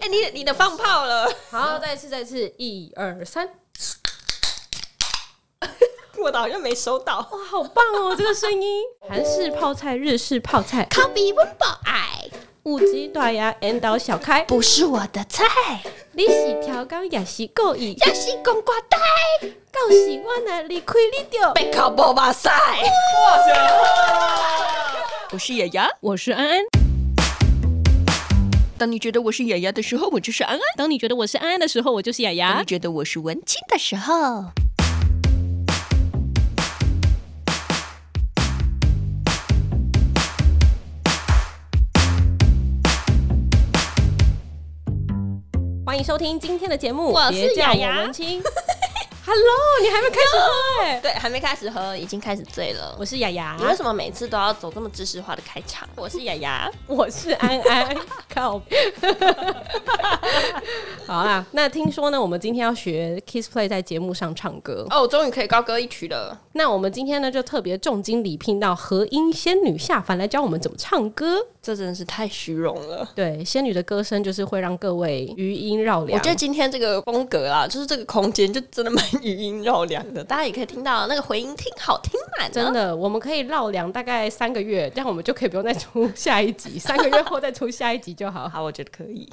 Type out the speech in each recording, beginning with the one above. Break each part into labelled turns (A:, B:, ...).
A: 哎你你的放炮了，
B: 好，再一次，再一次，一二三，
A: 我的好像没收到。
B: 哇，好棒哦，这个声音！ 韩式泡菜、日式泡菜，
A: 考比温饱哎爱
B: 五级大牙 N 到小开，
A: 不是我的菜，
B: 你是调高也是够意，
A: 要是公瓜带
B: 到是我哪里亏啊你掉。
A: 被考波巴塞。
C: 我是雅雅。
B: 我是安安，
C: 当你觉得我是雅雅的时候，我就是安安；
B: 当你觉得我是安安的时候，我就是雅
C: 当
B: 雅
C: 你。觉得我是文青的时候，
B: 欢迎收听今天的节目，
A: 我是
B: 别叫
A: 雅雅
B: 我文青。Hello，你还没开始喝哎？
A: 对，还没开始喝，已经开始醉了。
B: 我是雅雅
A: 你，为什么每次都要走这么知识化的开场？我是雅雅，
B: 我是安 安，靠。好啦，那听说呢，我们今天要学 Kiss Play 在节目上唱歌。
A: 哦，终于可以高歌一曲了。
B: 那我们今天呢，就特别重金礼聘到和音仙女下凡来教我们怎么唱歌。
A: 这真的是太虚荣了。
B: 对，仙女的歌声就是会让各位余音绕梁。
A: 我觉得今天这个风格啊，就是这个空间就真的蛮余音绕梁的，大家也可以听到那个回音挺好听啊嘛，
B: 真的，我们可以绕梁大概三个月，这样我们就可以不用再出下一集，三个月后再出下一集就好。
A: 好，我觉得可以。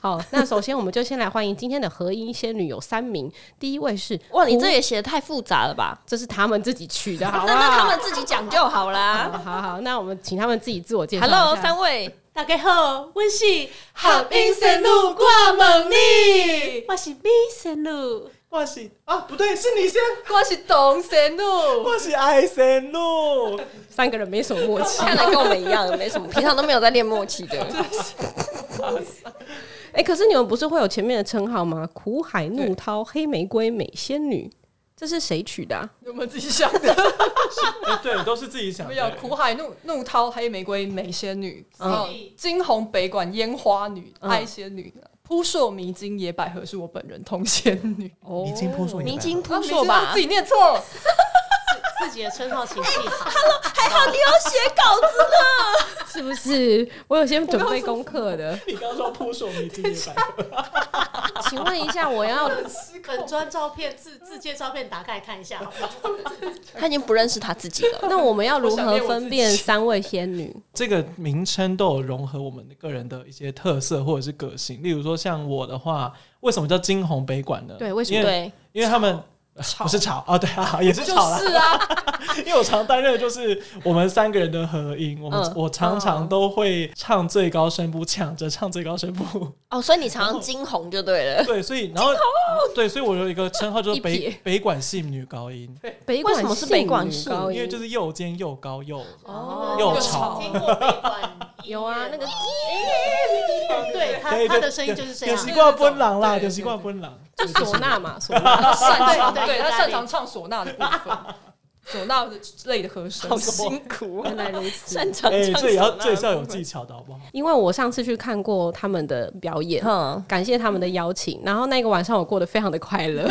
B: 好，那首先我们就先来欢迎今天的和音仙女有三名，第一位是
A: 哇，你
B: 胡
A: 这也写的太复杂了吧？
B: 这是他们自己取的，好
A: 那
B: 不好？
A: 那他们自己讲就好
B: 好
A: 啦。
B: 好好，那我们请他们自己自我介绍一下。
A: Hello，三位，
D: 大家好，我是合音神女我问你，我是美神女。
E: 我是啊，不对，是你先，
A: 我是董神路，
E: 我是爱神路，
B: 三个人没什么默契。
A: 看来跟我们一样，没 什么，平常都没有在练默契的。
B: 哎、可是你们不是会有前面的称号吗？苦海怒涛、黑玫瑰、美仙女，这是谁取的、啊？
F: 我们自己想的，
E: 哎对，都是自己想
F: 没有
E: 的。
F: 苦海怒怒涛黑玫瑰美仙女，还
B: 嗯
F: 有惊鸿北管烟花女
B: 嗯
F: 爱仙女，扑朔迷津野百合是我本人通仙女，
B: 哦
E: 迷津扑朔迷
A: 明经 扑
F: 啊
A: 朔吧哦
F: 自，己念 错了，
D: 自己的称号 请记好。
A: 还好你有写稿子呢。
B: 是不是？我有些准备功课的。
E: 你刚说扑朔迷离的百合，
B: 请问一下，我 要
D: 本专照片自自介照片打开看一下好不好，
A: 他已经不认识他自己了。
B: 那我们要如
F: 我想
B: 何
F: 念我自己
B: 分辨三位仙女？
E: 这个名称都有融合我们个人的一些特色或者是个性。例如说，像我的话，为什么叫金红北管呢？
B: 对为什么
E: 因
A: 对，
E: 因为他们。 不是吵啊，对啊，也是
F: 就
E: 吵啦。
F: 是啊，
E: 因为我常担任的就是我们三个人的合音，我们、
B: 嗯
E: 我常常都会唱最高声部，抢着唱最高声部。
A: 哦，所以你常常惊红就对了。
E: 对，所以然后对，所以我有一个称号叫
B: 一
E: 做北
B: 撇
E: 北管系女高音，
B: 北
A: 为什么是北管
B: 系
A: 系
B: 女高音？
E: 因为就是又尖又高又
B: 哦
E: 又
F: 吵
D: 听过北管音乐
B: 有啊，那个
D: 吗对他他的声音就是这
G: 啊
E: 有
D: 样。
E: 习惯奔狼啦，
F: 对对
E: 有习惯奔狼，
B: 就唢呐嘛，唢呐。
F: 他擅长
D: 对对
F: 对
D: 对
F: 他擅长唱唢呐的部 分，唢呐的类的和声，
A: 苦
B: 原来如此，
A: 擅长
E: 哎，
A: 唱啊
E: 这也要
A: 唢呐
E: 这也是要有技巧的好不好？
B: 因为我上次去看过他们的表演，
A: 嗯，
B: 感谢他们的邀请，然后那个晚上我过得非常的快乐，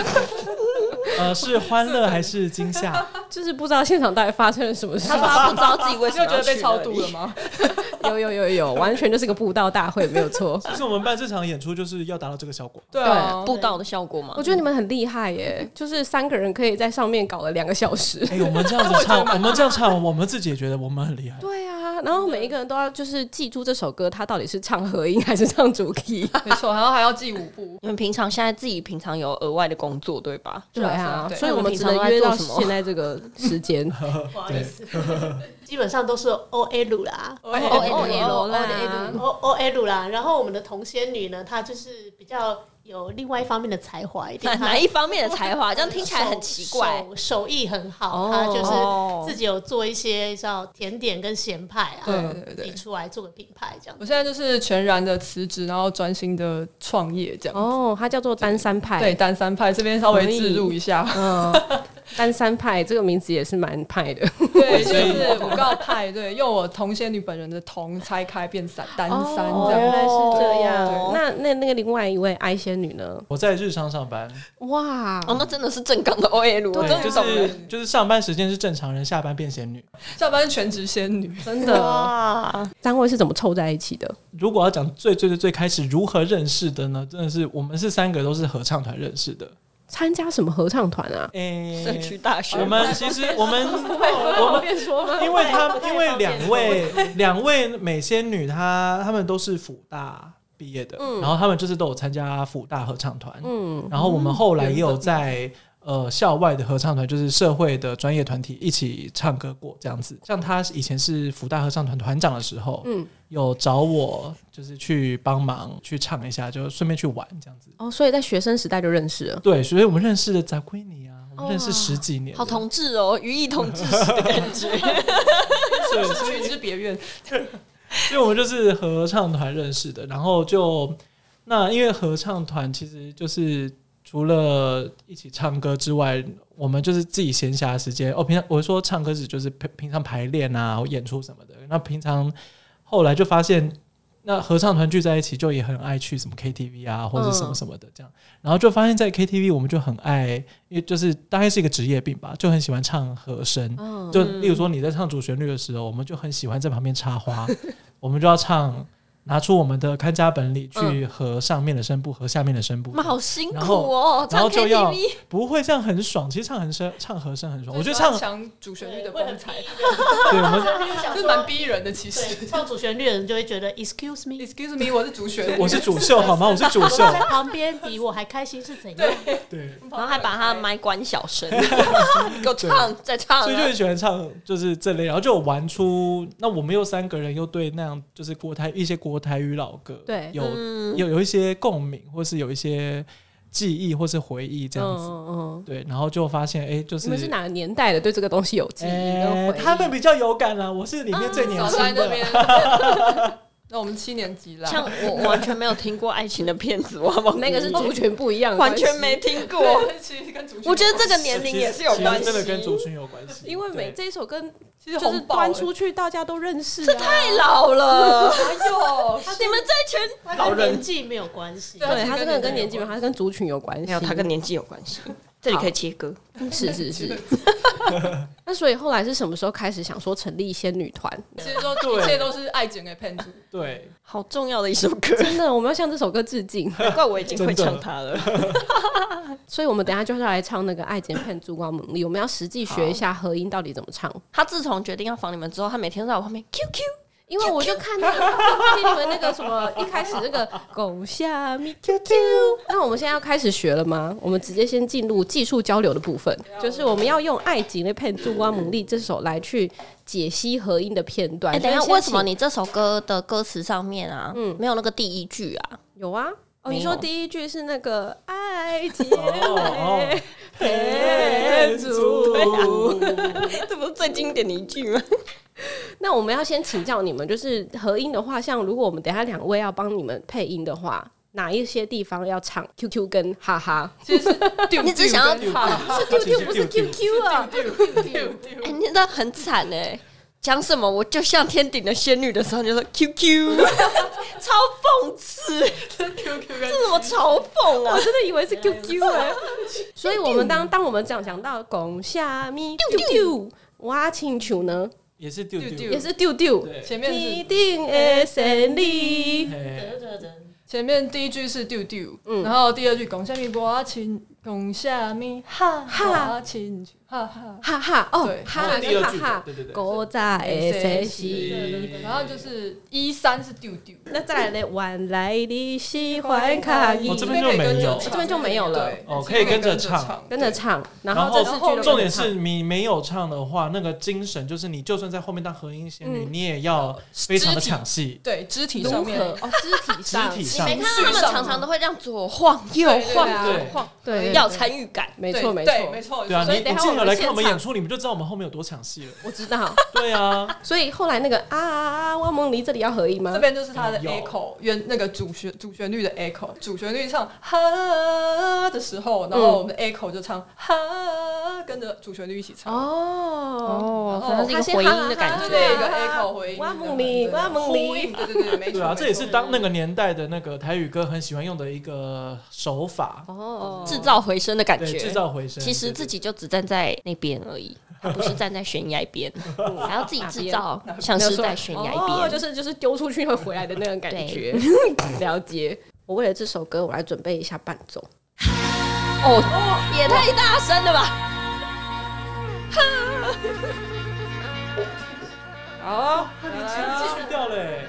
E: 呃，是欢乐还是惊吓？
B: 就是不知道现场到底发生了什么事
A: 他。说他不知道自己为
F: 你
A: 什
F: 有
A: 么
F: 觉得
A: 要
F: 被
A: 去
F: 超
A: 那
F: 度
A: 里
F: 了吗？
B: 有有有有，完全就是个布道大会，没有错。
E: 其实我们办这场演出就是要达到这个效 果。
F: 对
B: 哦
F: 啊，
A: 布道的效果吗
B: 我？觉得你们很厉害耶，就是三个人可以在上面搞了两个小时。
E: 哎，我们这样子唱，我们这样唱，我们自己也觉得我们很厉害。
B: 对啊，然后每一个人都要就是记住这首歌，它到底是唱合音还是唱主题。
F: 没错，然后还要记舞步，
A: 你们平常现在自己平常有额外的工作对吧？
B: 对啊，
F: 对
B: 所以我们只
A: 那你
B: 能
A: 们
B: 约
A: 平
B: 到
A: 常都在做什么
B: 现在这个 时间。
D: 不好意思， 基本上都是 O L 啦。
A: 哦
F: 哎
A: 哦
B: E
F: 哎
A: 哦啦
D: O O L 啦，然后我们的童仙女呢，她就是比较有另外一方面的才华一
A: 哪
D: 点，她
A: 哪一方面的才 华？这样听起来很奇怪。
D: 手手艺很好，
B: 哦
D: 他就是自己有做一些叫甜点跟咸派啊，
F: 对对对
D: 自己出来做个品牌这样
F: 我。现在就是全然的辞职，然后专心的创业这样。
B: 哦，它叫做单三派。
F: 对，单三派这边稍微
B: 可以
F: 置入一下，
B: 嗯，单三派这个名字也是蛮派的，
F: 对，就
E: 所以
F: 是五告派，对，用我童仙女本人的童拆开变散单三
B: 哦
F: 这样。
B: 原来是这
A: 哦
B: 样。那那那个另外一位 I 仙女呢？
E: 我在日商上班，
B: 哇，
A: 哦，那真的是正港的 OL，我
E: 对，
A: 终
E: 就
A: 于懂 了。
E: 是就是上班时间是正常人，下班变仙女。
F: 下班全职仙女，
B: 真的，
A: 哇，
B: 三位是怎么凑在一起的？
E: 如果要讲最最最最开始如何认识的呢？真的是我们是三个都是合唱团认识的。
B: 参加什么合唱团啊？
E: 诶、
A: 社区大学
E: 我们其实我们我
B: 方
E: 们
B: 便说吗？
E: 因为他们因为两位两位美仙女她，她们都是辅大毕业的，然后她们就是都有参加辅大合唱团，
B: 嗯，
E: 然后我们后来也有在。呃，校外的合唱团就是社会的专业团体一起唱歌过这样子。像她以前是福大合唱团团长的时候，嗯
B: 嗯，
E: 有找我就是去帮忙去唱一下，就顺便去玩这样子。
B: 哦，所以在学生时代就认识了。
E: 对，所以我们认识了扎奎尼啊，我们认识十几年了，
A: 好同志哦，语义同 志时的感觉。
E: 对， 所以
F: 去之别院，
E: 因为我们就是合唱团认识的，然后就那因为合唱团其实就是除了一起唱歌之外，我们就是自己闲暇时间哦。平常我说唱歌是就是平平常排练啊、演出什么的。那平常后来就发现，那合唱团聚在一起就也很爱去什么 KTV 啊，或者什么什么的这样。然后就发现，在 KTV 我们就很爱，因为就是大概是一个职业病吧，就很喜欢唱和声。
B: 嗯，
E: 就例如说你在唱主旋律的时候，我们就很喜欢在旁边插花， 我们就要唱，拿出我们的看家本领去和上面的声部和下面的声部
A: 嗯我。们好辛
E: 然
A: 苦
E: 后
A: 哦，
E: 然后
A: 唱
E: 就要
A: KTV
E: 不会这样很爽，其实唱很声唱和声很爽，我觉得唱
F: 强主旋律的风采，
E: 对 我们
F: 这蛮逼人的。其实
D: 对，唱主旋律的人就会觉得 Excuse me，
F: ，Excuse me，我是主旋律，
E: 我是主秀好吗？我是主
D: 我
E: 秀，
D: 在旁边比我还开心是怎样？
E: 对，
A: 然后还把他的麦关小声， 给我唱，再唱啊。
E: 所以就很喜欢唱就是这类，然后就有玩出那我们又三个人又对那样就是国台一些国台语老歌，
B: 对
E: 有
A: 嗯
E: 有有一些共鸣，或是有一些记忆或是回忆这样子，
B: 嗯嗯，
E: 对，然后就发现哎、就是
B: 你们是呃哪个年代的？对这个东西有记忆
E: 哎
B: 跟回忆？嗯
E: 他们比较有感啦，我是里面最年
F: 早在
E: 轻
F: 那
E: 的。
F: 边。那我们七年级啦，
A: 像我我完全没有听过爱情的骗子，我好不好
B: 那个是族群不一样的关
A: 哦完
B: 系，
A: 全没听过。
F: 对 其实跟主旋律
A: 我觉得这个年龄也是有
E: 其实
A: 关系，
E: 真的跟族群有关系。
B: 因为每
E: 对
B: 这一首歌
F: 其实
B: 就是
F: 红包
B: 端出去，大家都认识啊。
A: 太老 了。
F: 哎呦，
A: 你们这群
D: 老人年纪没有关系，
F: 对
B: 对，它
F: 它
B: 这
F: 是
B: 个
F: 跟
B: 跟年
F: 年
B: 纪
F: 纪
B: 没有，
F: 有关
B: 它是跟族群有关系。
A: 没有，他跟年纪有关系。这里可以切割，
B: 是是
F: 这
B: 是
F: 个。
B: 那所以后来是什么时候开始想说成立仙女团？
F: 其实说一切都是爱情给骗子。
E: 对
A: 好重要的一首歌，
B: 真的，我们要向这首歌致敬。
A: 难怪我已经会
E: 真的
A: 唱它了。
B: 所以我们等一下就是要来唱那个《爱剪片烛光猛力》，我们要实际学一下合音到底怎么唱。
A: 他自从决定要防你们之后，他每天都在我旁边 QQ。
B: 因为我就看那个听你们那个什么一开始那个狗下咪 QQ，那我们现在要开始学了吗？我们直接先进入技术交流的部分，
A: 啊
B: 就是我们要用《爱情的片烛光猛力》这首来去解析合音的片段。
A: 哎、等一下，
B: 所以先
A: 为什么
B: 请
A: 你这首歌的歌词上面啊，嗯，没有那个第一句啊？
B: 有啊？哦，
A: 没有
B: 你说第一句是那个爱情
E: 哦哦
B: 骗
E: 族
B: 对啊
A: 这不是最经典的一句吗？
B: 那我们要先请教你们，就是合音的话，像如果我们等一下两位要帮你们配音的话，哪一些地方要唱 QQ 跟哈哈？
A: 你只想要
F: 丢丢 跟
E: 是
B: QQ 不是 QQ 啊，
A: 哎、你真的很惨哎、讲什么？我就像天顶的仙女的时候，你就说 QQ，超讽刺，
F: QQ
A: 这怎么嘲讽啊
B: 我？真的以为是 QQ 哎、所以我们当当我们这样讲到拱下咪丢丢，哇，请求呢
E: 也是丢丢
F: 丢。
B: 也是丢丢，
E: 对
F: 前面
B: 一
F: 是
B: 定会胜利。
E: 哎
F: 前面第一句是丢丢，
B: 嗯
F: 然后第二句拱下面我亲，拱下面哈
B: 哈
F: 哈亲，哈哈。
B: 哈哈哦
F: 对，
B: 哈
E: 然
B: 哈
E: 后第
B: 是
E: 二
B: 哈
E: 句
B: 哈
E: 对对，对
B: 狗仔会生气。
F: 然后就是一三是丢丢，
B: 那再来呢？晚来的喜欢卡伊
E: 哦，这边就没有
B: 这边就没有了
E: 哦可以跟着唱
B: 跟着，唱，然
E: 然
B: 后这是
E: 后
B: 剧
E: 重点是你没有唱的话，那个精神就是你就算在后面当和音仙女，
B: 嗯
E: 你也要非常的抢戏，
F: 对肢体
B: 如
F: 上面
B: 何哦，肢体
E: 肢
B: 上，
E: 体
A: 你
E: 上
A: 没看哎到他们常常都会这样左晃右
F: 对对
A: 晃
F: 对
E: 对
A: 左晃，
B: 对，
A: 要有参与感。
B: 没错没
F: 对
B: 错
F: 没，错，
E: 对啊，
F: 所
E: 你
F: 以
E: 你
B: 等一下
E: 进友来
B: 们
E: 看
B: 现
E: 我们演
B: 场，
E: 出，你们就知道我们后面有多抢戏了。
B: 我知道。
E: 对啊，
B: 所以后来那个啊啊啊，汪梦离这里要合一吗？
F: 这边就是它的
E: 有
F: echo 原那个主旋主旋律的 echo，主旋律唱哈的时候，然后我们 echo 就唱哈，跟着主旋律一起唱，
B: 哦，
F: 然
A: 哦，
F: 后
A: 所以它是一个
B: 他先
A: 回
B: 哈
A: 音的感
B: 哈
A: 觉。
F: 对对，一个 echo 回应，
B: 哇梦里
F: 对
B: 哇梦里
F: 呼应，对对对，没错，
E: 对啊，这也是
F: 没错
E: 当那个年代的那个台语歌很喜欢用的一个手法，
B: 哦，
A: 制造回声的感
E: 对，
A: 觉，
E: 制造回声。
A: 其实
E: 对
A: 自己就只站在那边而已，他不是站在悬崖 边，
E: 哦
A: 还要自己制造像是在悬崖
B: 哦，
A: 边，
B: 就是就是丢出去会回来的那种感觉。 了解。我为了这首歌，我来准备一下伴奏。
A: 哦，也太大声了吧！
B: 哦，
E: 去掉嘞，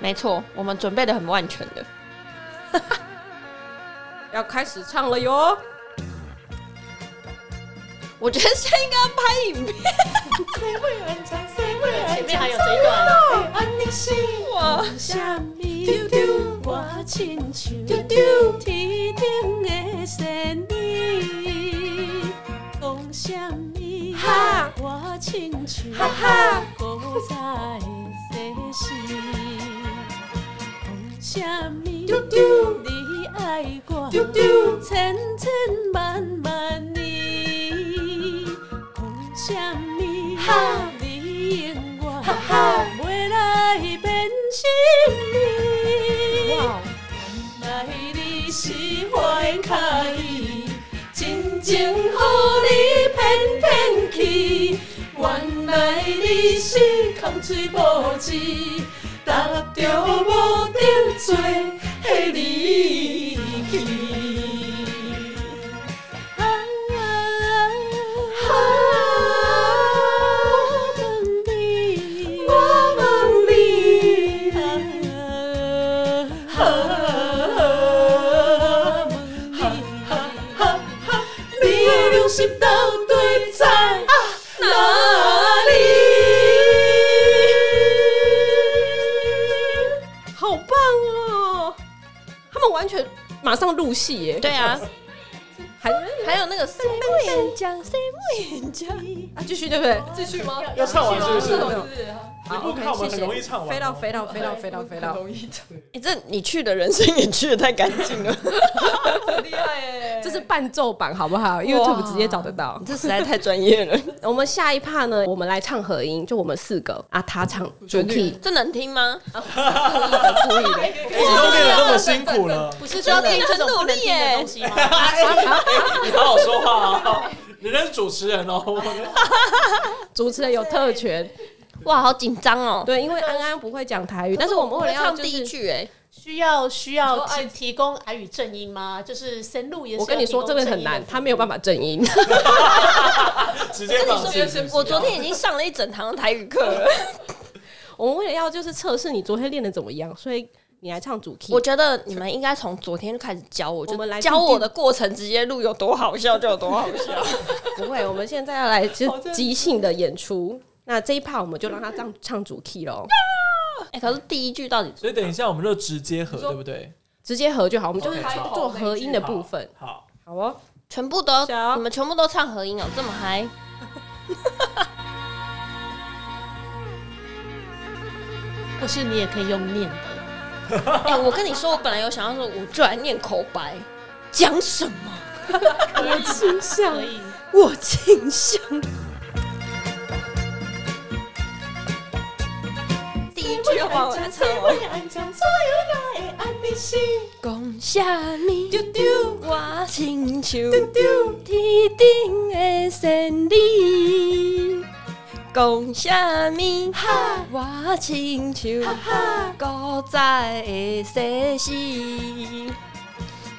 A: 没错，我们准备的很万全的。
B: 要开始唱了哟！
A: 我觉得现在应该要拍影片，
H: 前面还有这一段，
G: 啥物？丢丢，我亲像丢丢天顶的仙女，讲啥物？哈，我亲像哈哈古早的世事，讲啥物？丢丢，你爱我丢丢千千万万年，讲啥物？哈，你应我哈哈，袂来变心意。来你是我的脚意，真情予你骗骗去，原来你是空嘴无舌，踏着无顶做的你去。啊啊我问你我问你啊啊啊啊你的良心到底在哪里？
B: 好棒哦！他们完全马上入戏耶，
A: 对啊，
B: 还
A: 还有那个哎
B: 啊继续对不对？
F: 继续吗？
E: 要唱完是不是
F: 是？我是
E: 你不看我们很容易唱完哦。
B: 飞到飞到飞到飞到飞到
F: 很，容易唱，
A: 你这你去的人生也去的太干净 了，
F: 很厉害耶！
B: 这是伴奏版好不好？YouTube 直接找得到
A: 你。这实在太专业了。
B: 我们下一趴呢，我们来唱合音，就我们四个啊，他唱主 key，
A: 这能听吗？
B: 故意 的。
E: 你都练得 那么辛苦了，
H: 不是
A: 说
H: 说
A: 听
H: 听
A: 这
H: 这
A: 种
H: 种
A: 不
H: 不
A: 能
H: 能
A: 听
H: 听的
A: 的东
H: 东西吗？
E: 你好好说话啊！人家是主持人 哦，我们
B: 主持人有特权，
A: 哇，好紧张哦！
B: 对，因为安安不会讲台语，但是我们为了要
A: 唱
B: 就
A: 第一
B: 是
A: 句，哎，
H: 需要需要
F: 说爱
H: 提提供台语正音吗？就是深入也是。
B: 我跟你说，这个很难，他没有办。法正音。
E: 直接放弃。
A: 我昨天已经上了一整堂台语课了。
B: 我们为了要就是测试你昨天练的怎么样，所以你来唱主 key。
A: 我觉得你们应该从昨天就开始教我，
B: 我们
A: 就
B: 来
A: 教我的过程直接录有多好笑就有多好笑。
B: 不会，我们现在要来就是即兴的演出。那这一趴我们就让他唱唱主 key 咯，
A: 哎，可是第一句到底
E: 所以等一下我们就直接合，对不对？
B: 直接合就好。我们就是
E: OK，好
B: 做合音的部分，
E: 好，
B: 好哦。
A: 全部都
B: 行
A: 你们全部都唱合音哦，这么嗨！
H: 或是你也可以用念的，
A: 哎，我跟你说，我本来有想要说，我就来念口白，讲什么？
H: 我倾向可以。
A: 我倾向。第一句要帮我来唱哦。恭喜你，丢丢，我亲像丢天顶的仙女。讲啥物？哈，我亲像古早的世事。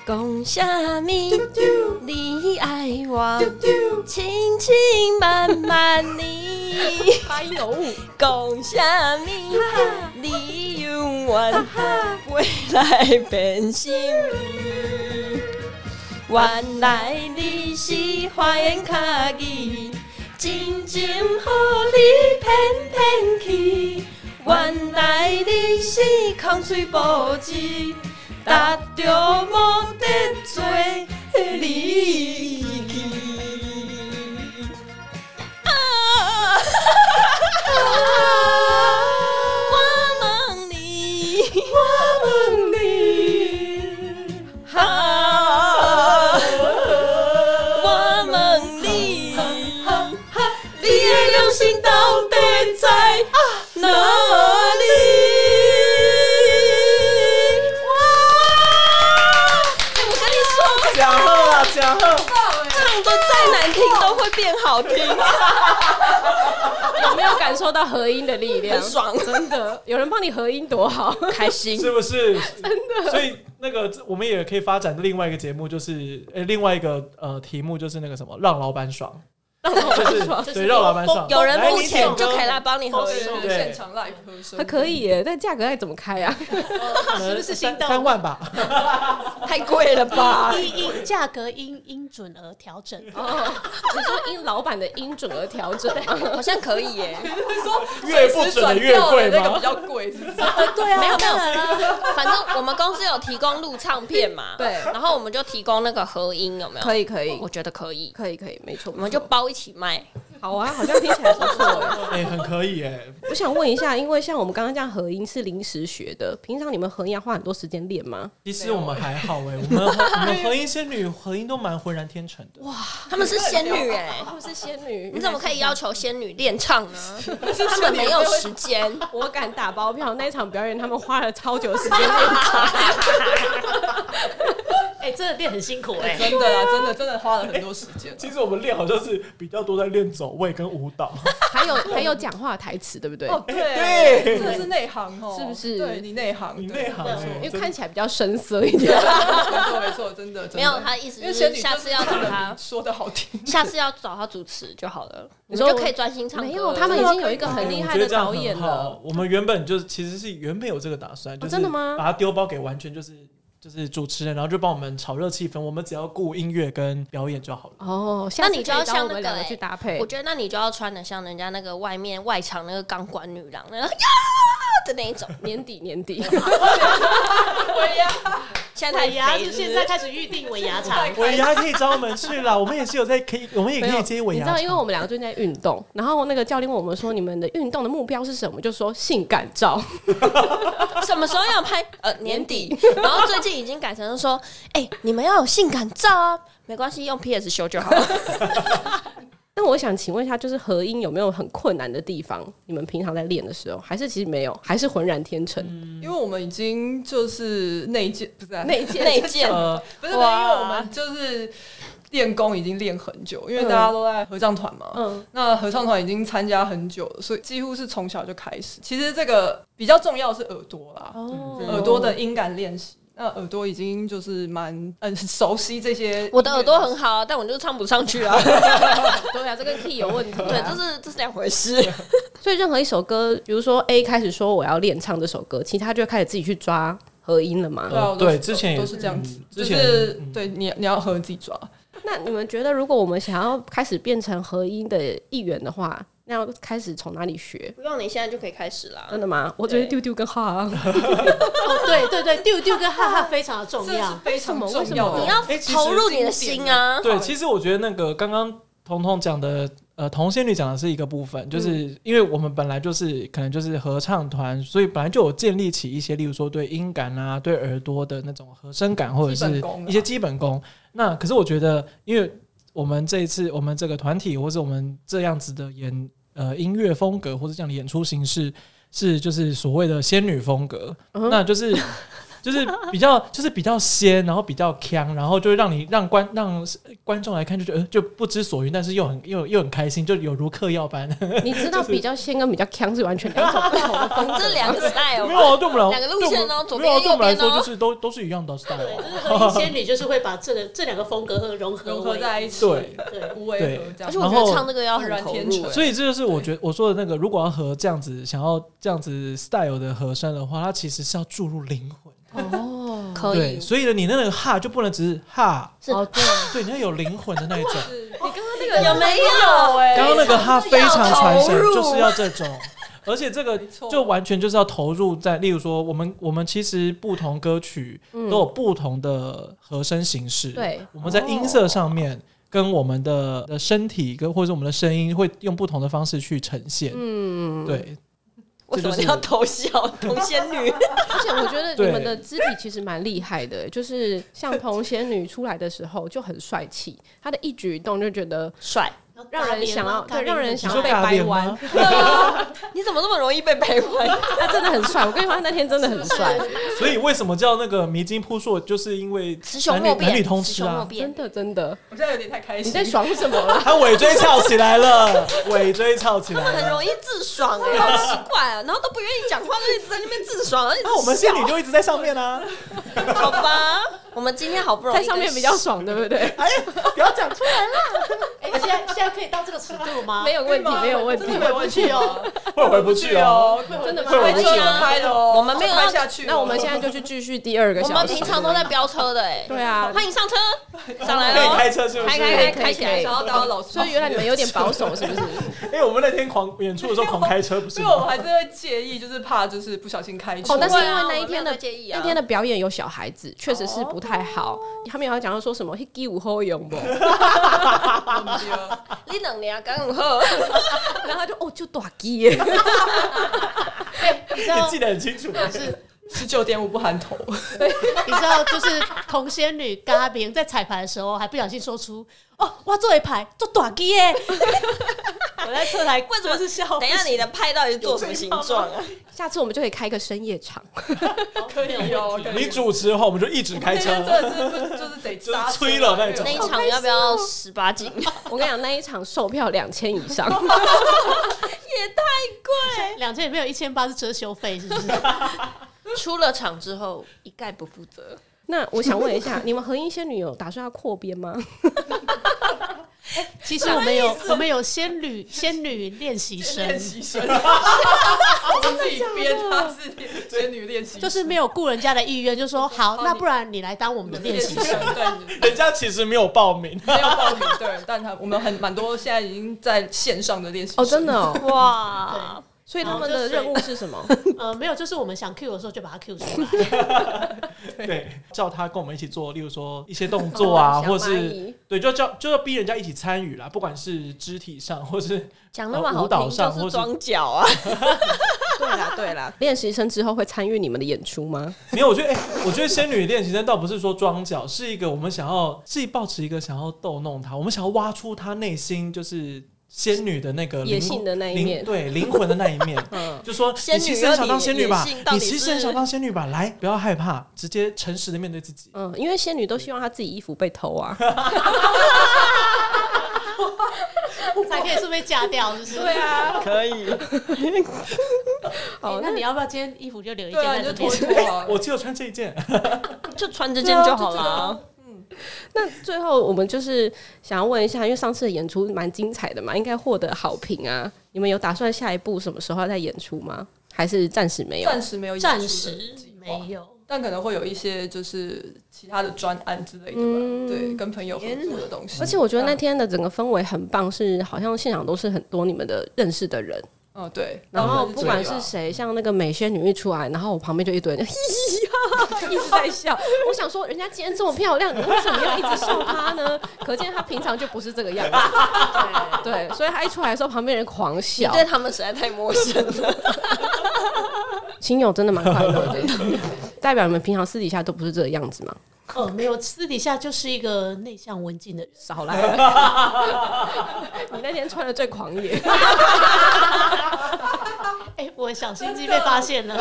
A: 讲啥物？你爱我，千千万万年。
B: 拍有
A: 讲啥物？你永远未来变心意。原来你是花言巧语，真情予你骗骗去。原来你是空嘴无舌，达着无得做的你去。
E: 然后
A: 唱的再难听都会变好听，
B: 有没有感受到合音的力量
A: 很？爽，
B: 真的，有人帮你合音多好！
A: 开心。
E: 是不是？真的。所以那个我们也可以发展另外一个节目，就是呃、另外一个呃题目就是那个什么，让老板爽。就是
G: 就是
E: 对，让老板爽。
A: 有人
E: 来
A: 付
E: 你
A: 钱
E: 唱
A: 就
E: 歌
A: 可以来帮你合
F: 或
A: 影，
F: 是
E: 对
F: 现场 live 和声，
B: 它可以耶，但价格该怎么开啊？
E: 可能
G: 是不是心
E: 三
G: 动
E: 三万吧？
A: 太贵了吧？
G: 因因价格因因准而调整，
B: 哦，你说因老板的音准而调整吗？
A: 好像可以耶，
E: 越不准的越贵
F: 那个比
E: 吗？
F: 较贵，是不是？
G: 对啊，
A: 没有没有
G: 当然啦，
A: 反正我们公司有提供录唱片嘛，
B: 对
A: 然后我们就提供那个合音，有没有？
B: 可以可以
A: 我觉得可以，
B: 可以可以，没错，
A: 我们就包一起卖。
B: 好啊，好像听起来不错耶。
E: 哎，很可以哎。
B: 我想问一下，因为像我们刚刚这样合音是临时学的，平常你们合音要花很多时间练吗？
E: 其实我们还好哎，我们和我 们合音仙女合音都蛮浑然天成的。
A: 他们是仙女哎，
B: 我哦是仙女，
A: 你怎么可以要求 仙女练唱呢？他们没有时 间。
B: 我敢打包票，那一场表演他们花了超久时间练唱。
G: 哎，真的练很辛苦哎，
F: 真的啦，真的真的花了很多时间。
E: 其实我们练好像是比较多在练走位跟舞蹈，
B: 还有还有讲话台词，对不对？
F: 哦，
E: 对
F: 真的是内行哦，
B: 哎是不是
F: 对你内行，
E: 你
F: 对
E: 内行哎，
B: 因为
E: 真
B: 看起来比较深色一
A: 哦
B: 点。
F: 没错没错，真的真的
A: 没有，他的意思
F: 因为
A: 就
F: 仙
A: 是
F: 女
A: 下次要找他，
F: 说的好听，
A: 下次要找他主持就好了，
B: 你
A: 你
B: 说
A: 们就可以专心唱歌了。
B: 没有，他们已经有一个很厉害的导演
E: 哎我觉得这样很
B: 了。
E: 好。我们原本就是其实是原本有这个打算，就
B: 哦
E: 是
B: 真的吗
E: 把它丢包给完全就是就是主持人，然后就帮我们炒热气氛，我们只要顾音乐跟表演就好 了。
B: 哦，下次
A: 那你就要
B: 可以找
A: 像
B: 我们
A: 那个
B: 两个去搭配
A: 我。觉得那你就要穿的像人家那个外面外场那个钢管女郎那个呀 的那一种，
B: 年底年底，
A: 哎现在
G: 尾牙
A: 太肥
G: 就
A: 了
G: 现在开始预定尾牙场，
E: 尾牙可以找我们去啦，我们也是有在可以，我们也可以接尾
B: 你
E: 牙
B: 知道，因为我们两个最近在运动，然后那个教练问我们说，你们的运动的目标是什么？就说性感照。
A: 什么时候要拍？呃，年底。然后最近已经改成说，哎、你们要有性感照啊，没关系，用 PS 修就好了。
B: 那我想请问一下，就是合音有没有很困难的地方？你们平常在练的时候，还是其实没有，还是浑然天成？
F: 因为我们已经就是内建，不是啊
B: 那一件
A: 内建
E: 呃，
F: 不是，因为我们就是练功已经练很久，因为大家都在合唱团嘛，
B: 嗯，
F: 那合唱团已经参加很久了，所以几乎是从小就开始。其实这个比较重要的是耳朵啦，
A: 嗯
B: 哦
F: 耳朵的音感练习。那耳朵已经就是蛮嗯、很熟悉这些，
A: 我的耳朵很好啊，但我就是唱不上去 啊。
B: 对啊，这跟 key 有问题、
A: 对，这是这是两回事。
B: 所以任何一首歌，比如说 A 开始说我要练唱这首歌，其他就开始自己去抓合音了嘛。
F: 对啊，我都
E: 对之前也
F: 都是这样子，
E: 嗯
F: 就
E: 之前
F: 是
E: 嗯
F: 对你你要和自己抓，
B: 那你们觉得，如果我们想要开始变成合音的一员的话，那要开始从哪里学？
A: 不用，你现在就可以开始啊啦
B: 真的吗？呃我觉得丢丢跟哈、 啊，
G: 哦，对对对，丢丢跟哈哈非常的重
F: 这
A: 啊
F: 是
G: 要，
F: 非常
B: 为什么
F: 重要的。
A: 你要
E: 哎其实
A: 投入你的心啊。
F: 嗯
E: 对，其实我觉得那个刚刚彤彤讲的，呃，童仙女讲的是一个部分，就是、
F: 嗯
E: 因为我们本来就是可能就是合唱团，所以本来就有建立起一些，例如说对音感啊、对耳朵的那种和声感，或者
F: 基本
E: 是
F: 功啊
E: 一些基本功。那可是我觉得，因为我们这一次我们这个团体，或是我们这样子的演呃音乐风格，或者这样的演出形式，是就是所谓的仙女风格，
B: 嗯
E: 那就是。就是比较，就是比较仙，然后比较腔，然后就会让你让观让观众来看就觉得、呃、就不知所云，但是又很又又很开心，就有如嗑 药般。
B: 你知道比较先跟比较强是完全两种 不同的风格。
A: 这两个 style
E: 没
A: 嘛
E: 有啊，对我们来
A: 两个路线哦
E: 对
A: 左边
E: 我们没有啊，对我们来
A: 右边
E: 说
A: 哦
E: 就是都都是一样的 style
G: 对，
E: 啊。
G: 就是合音仙女就是会把这个这两个风格融合
F: 融合
G: 为
F: 在一起，
E: 对
G: 对，
F: 无为
E: 对
F: 和这
A: 而且
F: 样子。
A: 我觉得
E: 然后
A: 唱这个要很投
F: 浑然天
A: 入欸
F: 成。
E: 所以这就是我觉得我说的那个，如果要和这样子想要这样子 style 的和声的话，它其实是要注入灵魂。
B: 哦，
A: 可
E: 对，
A: 以，
E: 所以呢，你那个哈就不能只是哈，
A: 是
B: 哦对，
E: 对，你要有灵魂的那一种。
A: 那个有没有？哎，
E: 刚刚那个哈非常传神
A: 要投，入
E: 就是要这 种。而且这个
F: 没错
E: 就完全就是要投入在，例如说，我们我们其实不同歌曲
B: 嗯
E: 都有不同的和声形式，
B: 对，
E: 我们在音
A: 哦
E: 色上面跟我们的的身体跟或者是我们的声音会用不同的方式去呈现，
B: 嗯，
E: 对，
A: 为什么
E: 这
A: 你
E: 就是
A: 要偷笑？童仙女，
B: 而且我觉得
E: 对
B: 你们的肢体其实蛮厉害的，就是像童仙女出来的时候就很帅气，她的一举一动就觉得
A: 帅，
B: 让人想要对让人
E: 你
B: 想
E: 说
B: 要被
E: 尬
B: 掰
E: 脸
B: 弯
E: 吗，？
A: 你怎么这么容易被掰弯？
B: 他真的很帅。我跟你说，他那天真的很 帅，
E: 所以为什么叫那个迷津扑朔，就是因为
A: 雌雄
E: 男
A: 莫
E: 女男女
A: 辩，
E: 通
A: 雌
E: 吃
A: 雄莫
E: 啊。
A: 辩
B: 真。的真的。
F: 我现在有点太开
B: 你
F: 心。
B: 在 爽什么啦？
E: 他尾椎翘起 来了，尾椎翘起来
A: 很
E: 了。
A: 容易自爽哎、好奇怪啊！然后都不愿意讲话，就一直在那边自爽，而且
E: 那我们心里就一直在上面啊！
A: 好吧？我们今天好不容易
B: 在上面比较爽，对不对？
E: 哎，不要讲出来，
G: 哎，现在现在可以到这个程度吗？
B: 没有问题，没有问题
F: 真。的没问题哦，
E: 会回 不去哦。，
B: 真的吗
F: 会车不开的哦，
A: 我们没有
F: 开
A: 要
F: 下去哦。
B: 那我们现在就去继续第二个
A: 我
B: 小
A: 们
B: 时
A: 平。常都在飙车的哎、
B: 对啊，
A: 欢迎上车，上来
E: 可以
A: 喽！
E: 开车是不
A: 开
E: 是？
A: 开开
B: 可以
A: 开起
B: 可
A: 来
B: 以！
F: 想要当老师
B: 所，以原来你们有点保守，是不是？
E: 因为我们那天狂演出的时候狂开车，不是
F: 所以我们
E: 吗？
F: 还是会介意，就是怕就是不小心开车。
B: 哦，但是因
A: 对
B: 为
A: 啊
B: 那一天
A: 我没有
B: 的
A: 在介意啊
B: 那天的表演有小孩子，确实
A: 哦
B: 是不太好。他们有讲到说什么“嘿，鸡舞后泳”不？
A: 你两年啊刚好，
B: 然后他就哦，就短鸡耶。
G: 你知道
E: 你记得很清楚。
F: 十九点五不含头，
G: 你知道，就是同仙女嘎明在彩排的时候，还不小心说出“哦，我做一排做短机耶”，我在侧台
A: 为什么
G: 是笑？
A: 等一下你的拍到底是做什么形状啊？
B: 下次我们就可以开个深夜场，
F: 可以哦。可以
E: 你主持的话，我们就一直开
F: 那
E: 车。
F: 天真的是就是得
E: 就是
F: 刹车
E: 催了那种
A: 那一场要不要十八禁？
B: 我跟你讲，那一场售票两千以上，
A: 也太贵！
G: 两千里面有一千八是遮羞费，是不是？
A: 出了场之后一概不负责，
B: 那我想问一下，你们合音仙女有打算要扩编吗？
G: 其实我们有我们有仙女仙女练习生，
F: 练习生，我自己编他是 仙女练习生，
G: 就是没有顾人家的意愿，就说好，那不然你来当我们的练习生。
F: 对，
E: 人家其实没有报名，
F: 没有报名，对，但他我们很蛮多现在已经在线上的练习
B: 哦，真
F: 的，
B: 的哦，
A: 哇！
B: 所以他们的任务是什 么？
G: 呃，没有，就是我们想 Q 的时候就把它 Q 出来。
E: 对，叫他跟我们一起做，例如说一些动作啊，
A: 哦
B: 小蚂蚁
E: 或是对，就叫就要逼人家一起参与啦，不管是肢体上，或是
A: 讲那么好
E: 呃舞蹈
A: 听，
E: 上
A: 就
E: 或
A: 是
E: 是
A: 装脚啊！
B: 对啦，对啦，练习生之后会参与你们的演出吗？
E: 没有，我觉得，哎、我觉得仙女练习生倒不是说装脚，是一个我们想要自己保持一个想要逗弄她，我们想要挖出她内心就是仙女的那个
B: 野
E: 灵
B: 性的那一
E: 灵
B: 面
E: 对灵魂的那一面。
B: 嗯，
E: 就说
A: 仙
E: 你
A: 女
E: 其实很想当仙女
A: 到
E: 吧
A: 底野性到，底
E: 你其实很
A: 是
E: 想当仙女吧，来，不要害怕，直接诚实的面对自 己。
B: 嗯，因为仙女都希望她自己衣服被偷啊。
G: 才可以顺便嫁掉，是不是？对啊。
A: 可以， 哎
B: 好，
G: 那你要不要今天衣服就留一件
F: 对啊，
G: 在
F: 你就
G: 这
F: 脱
G: 边？
F: 脱啊，
E: 我只有穿这一件，
A: 就穿这件就好了。
B: 那最后我们就是想要问一下，因为上次的演出蛮精彩的嘛，应该获得好评啊。你们有打算下一步什么时候要再演出吗？还是暂时没有？
F: 暂时没有演出的
G: 暂时
F: 计划
G: 没有。
F: 但可能会有一些就是其他的专案之类的吧，
B: 嗯
F: 对，跟朋友合作的东西。
B: 而且我觉得那天的整个氛围很棒，是好像现场都是很多你们的认识的人，
F: 嗯，对，
B: 然后
F: 对啊
B: 不管是谁，像那个美仙女一出来，然后我旁边就一堆人嘻嘻哈，一直在笑。我想说，人家今天这么漂亮，你为什么要一直笑她呢？可见她平常就不是这个样子。
A: 啊
B: 对，所以她一出来的时候，旁边人狂
A: 你
B: 笑。
A: 对他们实在太陌生了。
B: 亲友真的蛮快乐的，代表你们平常私底下都不是这个样子嘛？
G: 哦，没有，私底下就是一个内向文静的人。
B: 少来了，你那天穿的最狂 野，
G: 哎、我小心机被发现了。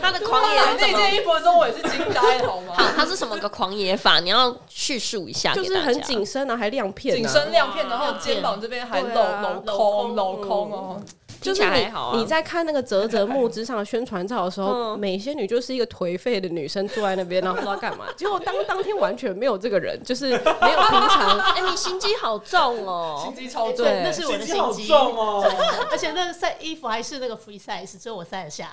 A: 他的
F: 我
A: 狂野
F: 买
A: 是
F: 那
A: 怎么？
F: 件衣服的时候，我也是惊呆，好吗？
A: 好，他是什么个狂野法？你要叙述一下给
B: 就
A: 大家，
B: 是很紧身啊，还亮片、啊，
F: 紧身亮片，然后
G: 哇
F: 肩膀这边还
B: 对
F: 镂
B: 啊
F: 镂
B: 镂空
F: 空镂空哦，
A: 听
B: 就
A: 起
B: 是
A: 来
B: 你
A: 还好啊。
B: 你在看那个泽泽木之上的宣传照的时候，
A: 嗯
B: 美仙女就是一个颓废的女生坐在那 边，然后不知道干嘛。结果当当天完全没有这个人，就是没有平 常。
A: 哎，你心机好重哦
F: 心。机超重。
G: 对，那是我的
E: 心
G: 心
E: 好
G: 机，
E: 重哦。
G: 而且那个晒衣服还是那个 free size，只有我晒得下。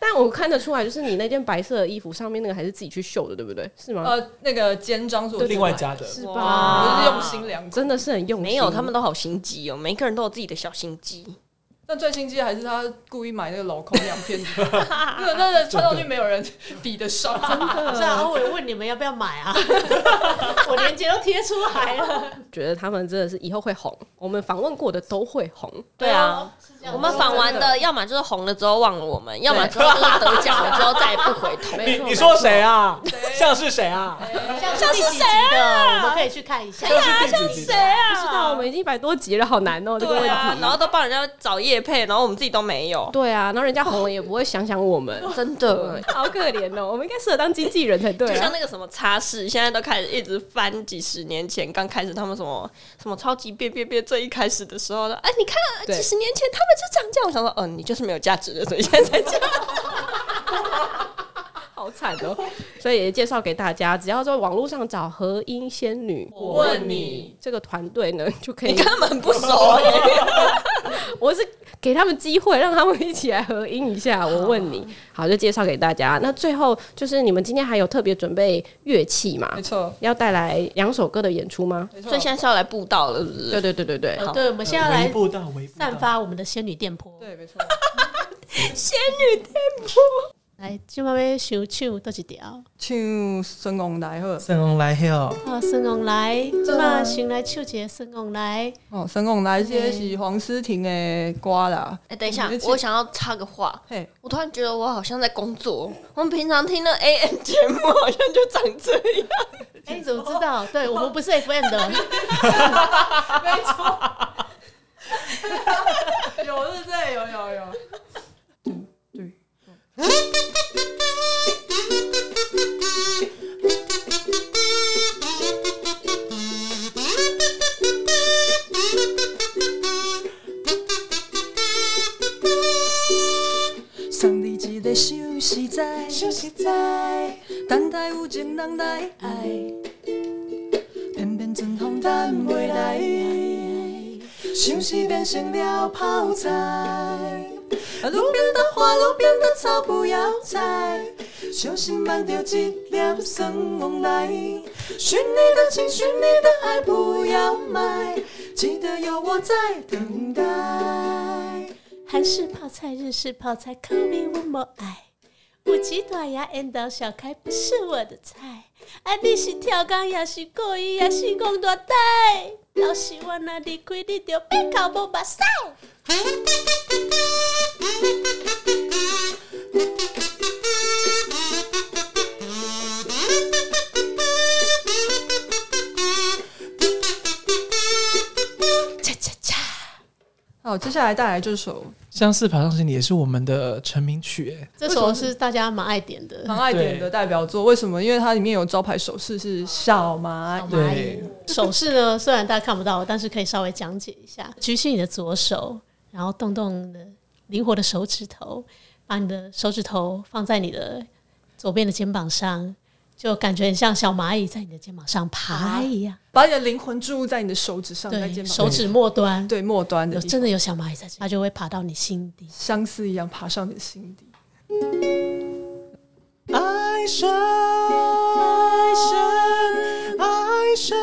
B: 但我看得出来，就是你那件白色的衣服上面那个还是自己去绣的，对不对？是吗？
F: 呃，那个肩章是我
E: 另外加的，
B: 是
F: 我
B: 吧？
F: 是用心良苦。
B: 真的是很用心。
A: 没有，他们都好心机哦，每个人都有自己的小心机。
F: 但最心机的还是他故意买那个镂空亮片，那个真的穿上去没有人比得上。
G: 是啊，然后我也问你们要不要买啊？我链接都贴出来了。
B: 觉得他们真的是以后会红。我们访问过的都会红，
A: 对啊，
G: 是这样，
A: 我们访完的，要么 就是红了之后忘了我们，要么之后就是得奖了之后再也不回头。
E: 你你说谁啊？
F: 谁
E: 像是谁啊？
G: 像是谁的，我们可以去看一下。
B: 啊
A: 啊
E: 像是第几集的？
B: 不知道，我们已经一百多集了，好难啊哦，这个问
A: 对
B: 题。
A: 啊，然后都帮人家找叶配，然后我们自己都没有。
B: 对啊，然后人家红了也不会想想我们，真的好可怜哦。我们应该适合当经纪人才对
A: 就
B: 啊
A: 像。那个什么茶室，现在都开始一直翻几十年前刚开始他们什么什么超级变变变最一开始的时候呢？哎，你看
B: 对
A: 几十年前他们是长这样，我想说，嗯、你就是没有价值的，所以现在才 这样。
B: 好惨哦！所以也介绍给大家，只要在网络上找和音仙女
E: 我问你，
B: 这个团队呢， 就可
A: 你
B: 以
A: 跟。他们很不熟、欸，
B: 我是给他们机会，让他们一起来合音一下。我问你，好，就介绍给大家。那最后就是你们今天还有特别准备乐器嘛
F: 没？错，
B: 要带来两首歌的演出吗？
F: 没错
A: 所以。现在是要来布道了，是不是？
B: 对对对对对，
G: 呃对，我们现在
E: 微
G: 来
E: 步到微步到
G: 散发我们的仙女电波。
F: 对，没错，
G: 来，今晚要想唱多一条。
F: 唱孙红来好了，
E: 圣龙来 hill，
G: 哦，孙红来，今晚先来唱一个孙红来。
F: 哦，孙红来这是黄诗婷的歌啦，
A: 哎、等一下
F: 你的，气
A: 我想要插个话。
F: 嘿，
A: 我突然觉得我好像在工作。我们平常听的 AM 节目 好像就长这样。
G: 哎，你怎么知道？对我们不是 FM 的，
F: 有是这有有有，送你一个想实在，想实在，等待有情人来爱，偏偏阵风等袂来，想是变成了泡菜。啊，路边的花，路边的草，不要采，小心挽着一粒酸王来。寻你的情，寻你的爱，不要卖，记得有我在等待。
G: 韩式泡菜、日式泡菜，Call me one more 爱。五级大牙 and 到小开不是我的菜，啊，你是跳岗，也是故意，也是戆大呆。老是我若离开你，就别哭无目屎。
F: 好，接下来带来这首
E: 相似爬上心里也是我们的成名曲哎。
G: 这首是大家蛮爱点的，
F: 蛮爱点的代表作，为什么？因为它里面有招牌手势是小蚂蚁，
E: 对，
G: 手势呢，虽然大家看不到，但是可以稍微讲解一下。举起你的左手，然后动动你的灵活的手指头，把你的手指头放在你的左边的肩膀上，就感觉很像小蚂蚁在你的肩膀上爬一样。
F: 把你的灵魂注入在你的手指上，在
G: 对，
F: 肩膀
G: 手指末端
F: 对末端的
G: 有
F: 地方，
G: 真的有小蚂蚁在这里，它就会爬到你心底。
F: 相似一样爬上你的心底。
E: 爱神，爱神，爱神，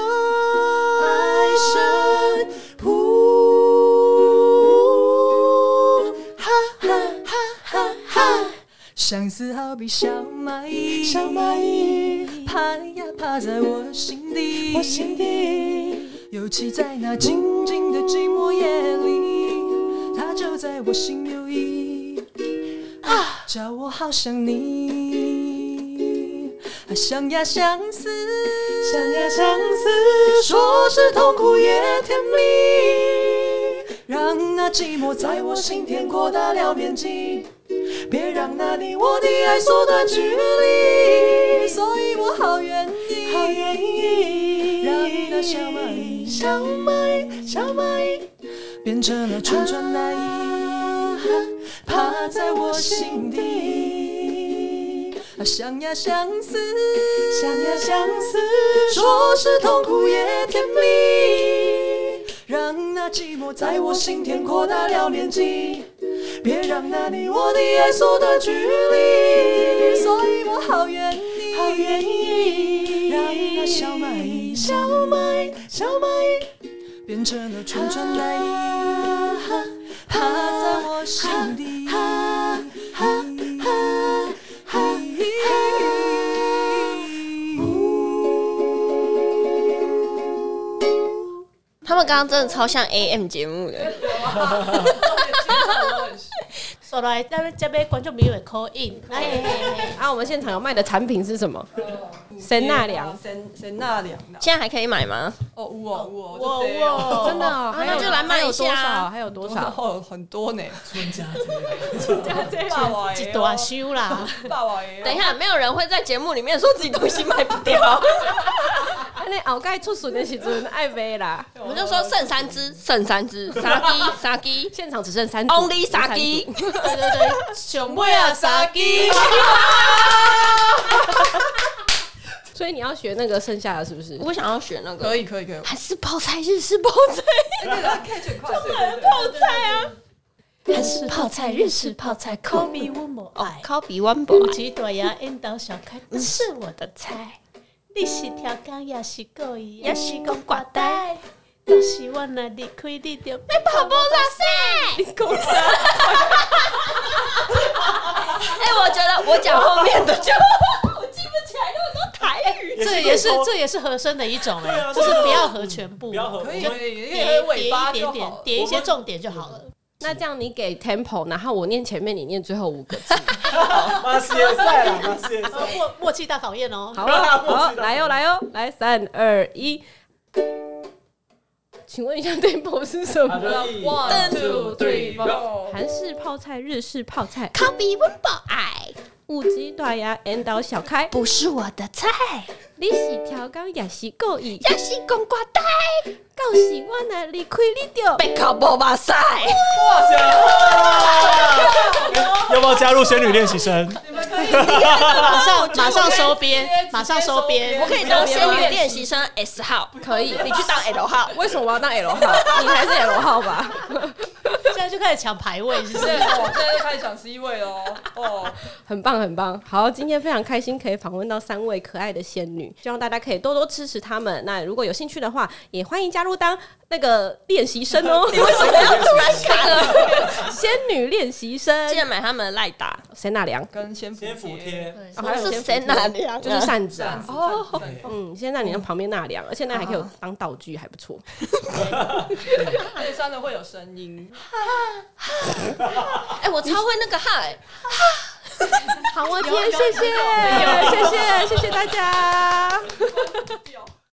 E: 爱神，
F: 哈哈哈哈哈！相思好比小蚂蚁，小蚂蚁爬呀爬在我心底，我心底。尤其在那静静的寂寞夜里，它就在我心有意，啊，叫我好想你。啊，想呀相思，想呀相思，说是痛苦也甜蜜，让那寂寞在我心田扩大了面积，别让那你我的爱缩短距离。所以我好愿意，好愿意，让那小蚂蚁，小蚂蚁，小蚂蚁，变成了蠢蠢难以趴在我心底。啊，想呀相思，想呀相思，说是痛苦也甜蜜，让那寂寞在我心田扩大了面积，别让那你我的爱缩短距离，所以我好愿意，好愿意，让那小蚂蚁，小蚂蚁，小蚂蚁。变成了蠢蠢难以趴在我心底。
A: 他们刚刚真的超像 AM 节目的，
G: 说来，咱们这边观众朋友也 call in，来，
B: 啊，我们现场有卖的产品是什么？神纳凉
F: 神神纳凉的，
A: 现在还可以买吗？
F: 哦，有哦，有
B: 哇
F: 哦，就这样
B: 哇，真的哦，还有
A: 那就来卖一下啊
B: 还有多少？还有多少？
F: 哦，很多呢，
E: 春家之类的
F: 霸王
G: 几
F: 的
G: 多啊
F: 哦，
G: 修啦，
F: 霸王的哦
A: 等一下，没有人会在节目里面说自己东西卖不掉，
B: 啊，那后盖出笋的时阵爱买啦，
A: 我们就说剩三只，剩三只，杀鸡，杀鸡
B: 现场只剩三组
A: ，only 杀鸡，
G: 对对对，熊妹啊傻鸡，
B: 所以你要学那个剩下的，是不 是？
A: 我想要选那个，
F: 可以可以可以，
A: 还是泡菜日式泡菜，
F: 那个 catch 很快，对对对，
A: 泡菜啊，
G: 日式泡菜，日式泡菜，Call me one more 爱，
A: 考比 one
G: 五
A: boy，
G: 级短牙引导小开，不是我的菜，你是条羹，也是故意，也是讲挂呆，都是我若离开你就别跑
A: 跑步拉塞，你公司。 哎，我觉得我讲后面的就我记不起来那么多台语，
G: 这也是这也是和声的一种哎、
E: 啊
G: 就是不要和全部，
E: 不要和
F: 可以
G: 就
F: 可以，可
G: 点
F: 以
G: 一
F: 尾巴
G: 点
F: 就
G: 一点点
F: 好，，
G: 点一些重点就好了。
B: 那这样你给 tempo，然后我念前面，你念最后五个字，
F: 啊
E: 马世也赛啦，马世也赛。
G: 呃默默契大考验哦，
B: 好了，好，来哦，来哦，来，三二一。请问一下 tempo 是什
E: 好
B: 么？
E: 的，one two three four，
B: 韩式泡菜、日式泡菜、
C: 考比温饱爱，
B: 五级大牙、引导小开，
C: 不是我的菜，
B: 你是调岗也是故意，
C: 也是讲挂呆，
B: 到时我若离开你就
A: 被考波巴塞，
E: 哇塞！要不要加入仙女练习生？
F: 你们可以，
G: 马上马上收编，马上收编，
A: 我可以当仙女练习生 S 号，可以，你去当 L 号，
B: 为什么我要当 L 号？ 你还是 L 号吧，
G: 现在就开始抢排位，是不
F: 对，
G: 是？
F: 我现在就开始想 C 位喽，哦，
B: 很棒很棒。好，今天非常开心可以访问到三位可爱的仙女，希望大家可以多多支持她们。那如果有兴趣的话，也欢迎加入当那个练习生哦。 你为什么要突然卡了？仙女练习生
A: 记，得买他们的赖达，
B: 谁纳凉？
F: 跟先
E: 先服贴，
B: 哦还有
A: 是谁
B: 哦仙服贴
A: 纳凉啊
B: 就是扇子啊。
F: 哦，
B: 嗯，现在你在旁边纳凉，而且那还可以当道具，还不错。
F: 悲伤的会有声音，
A: 哎，我超会那个哈，哎
B: 啊好，我今天谢谢，谢谢，谢谢大家。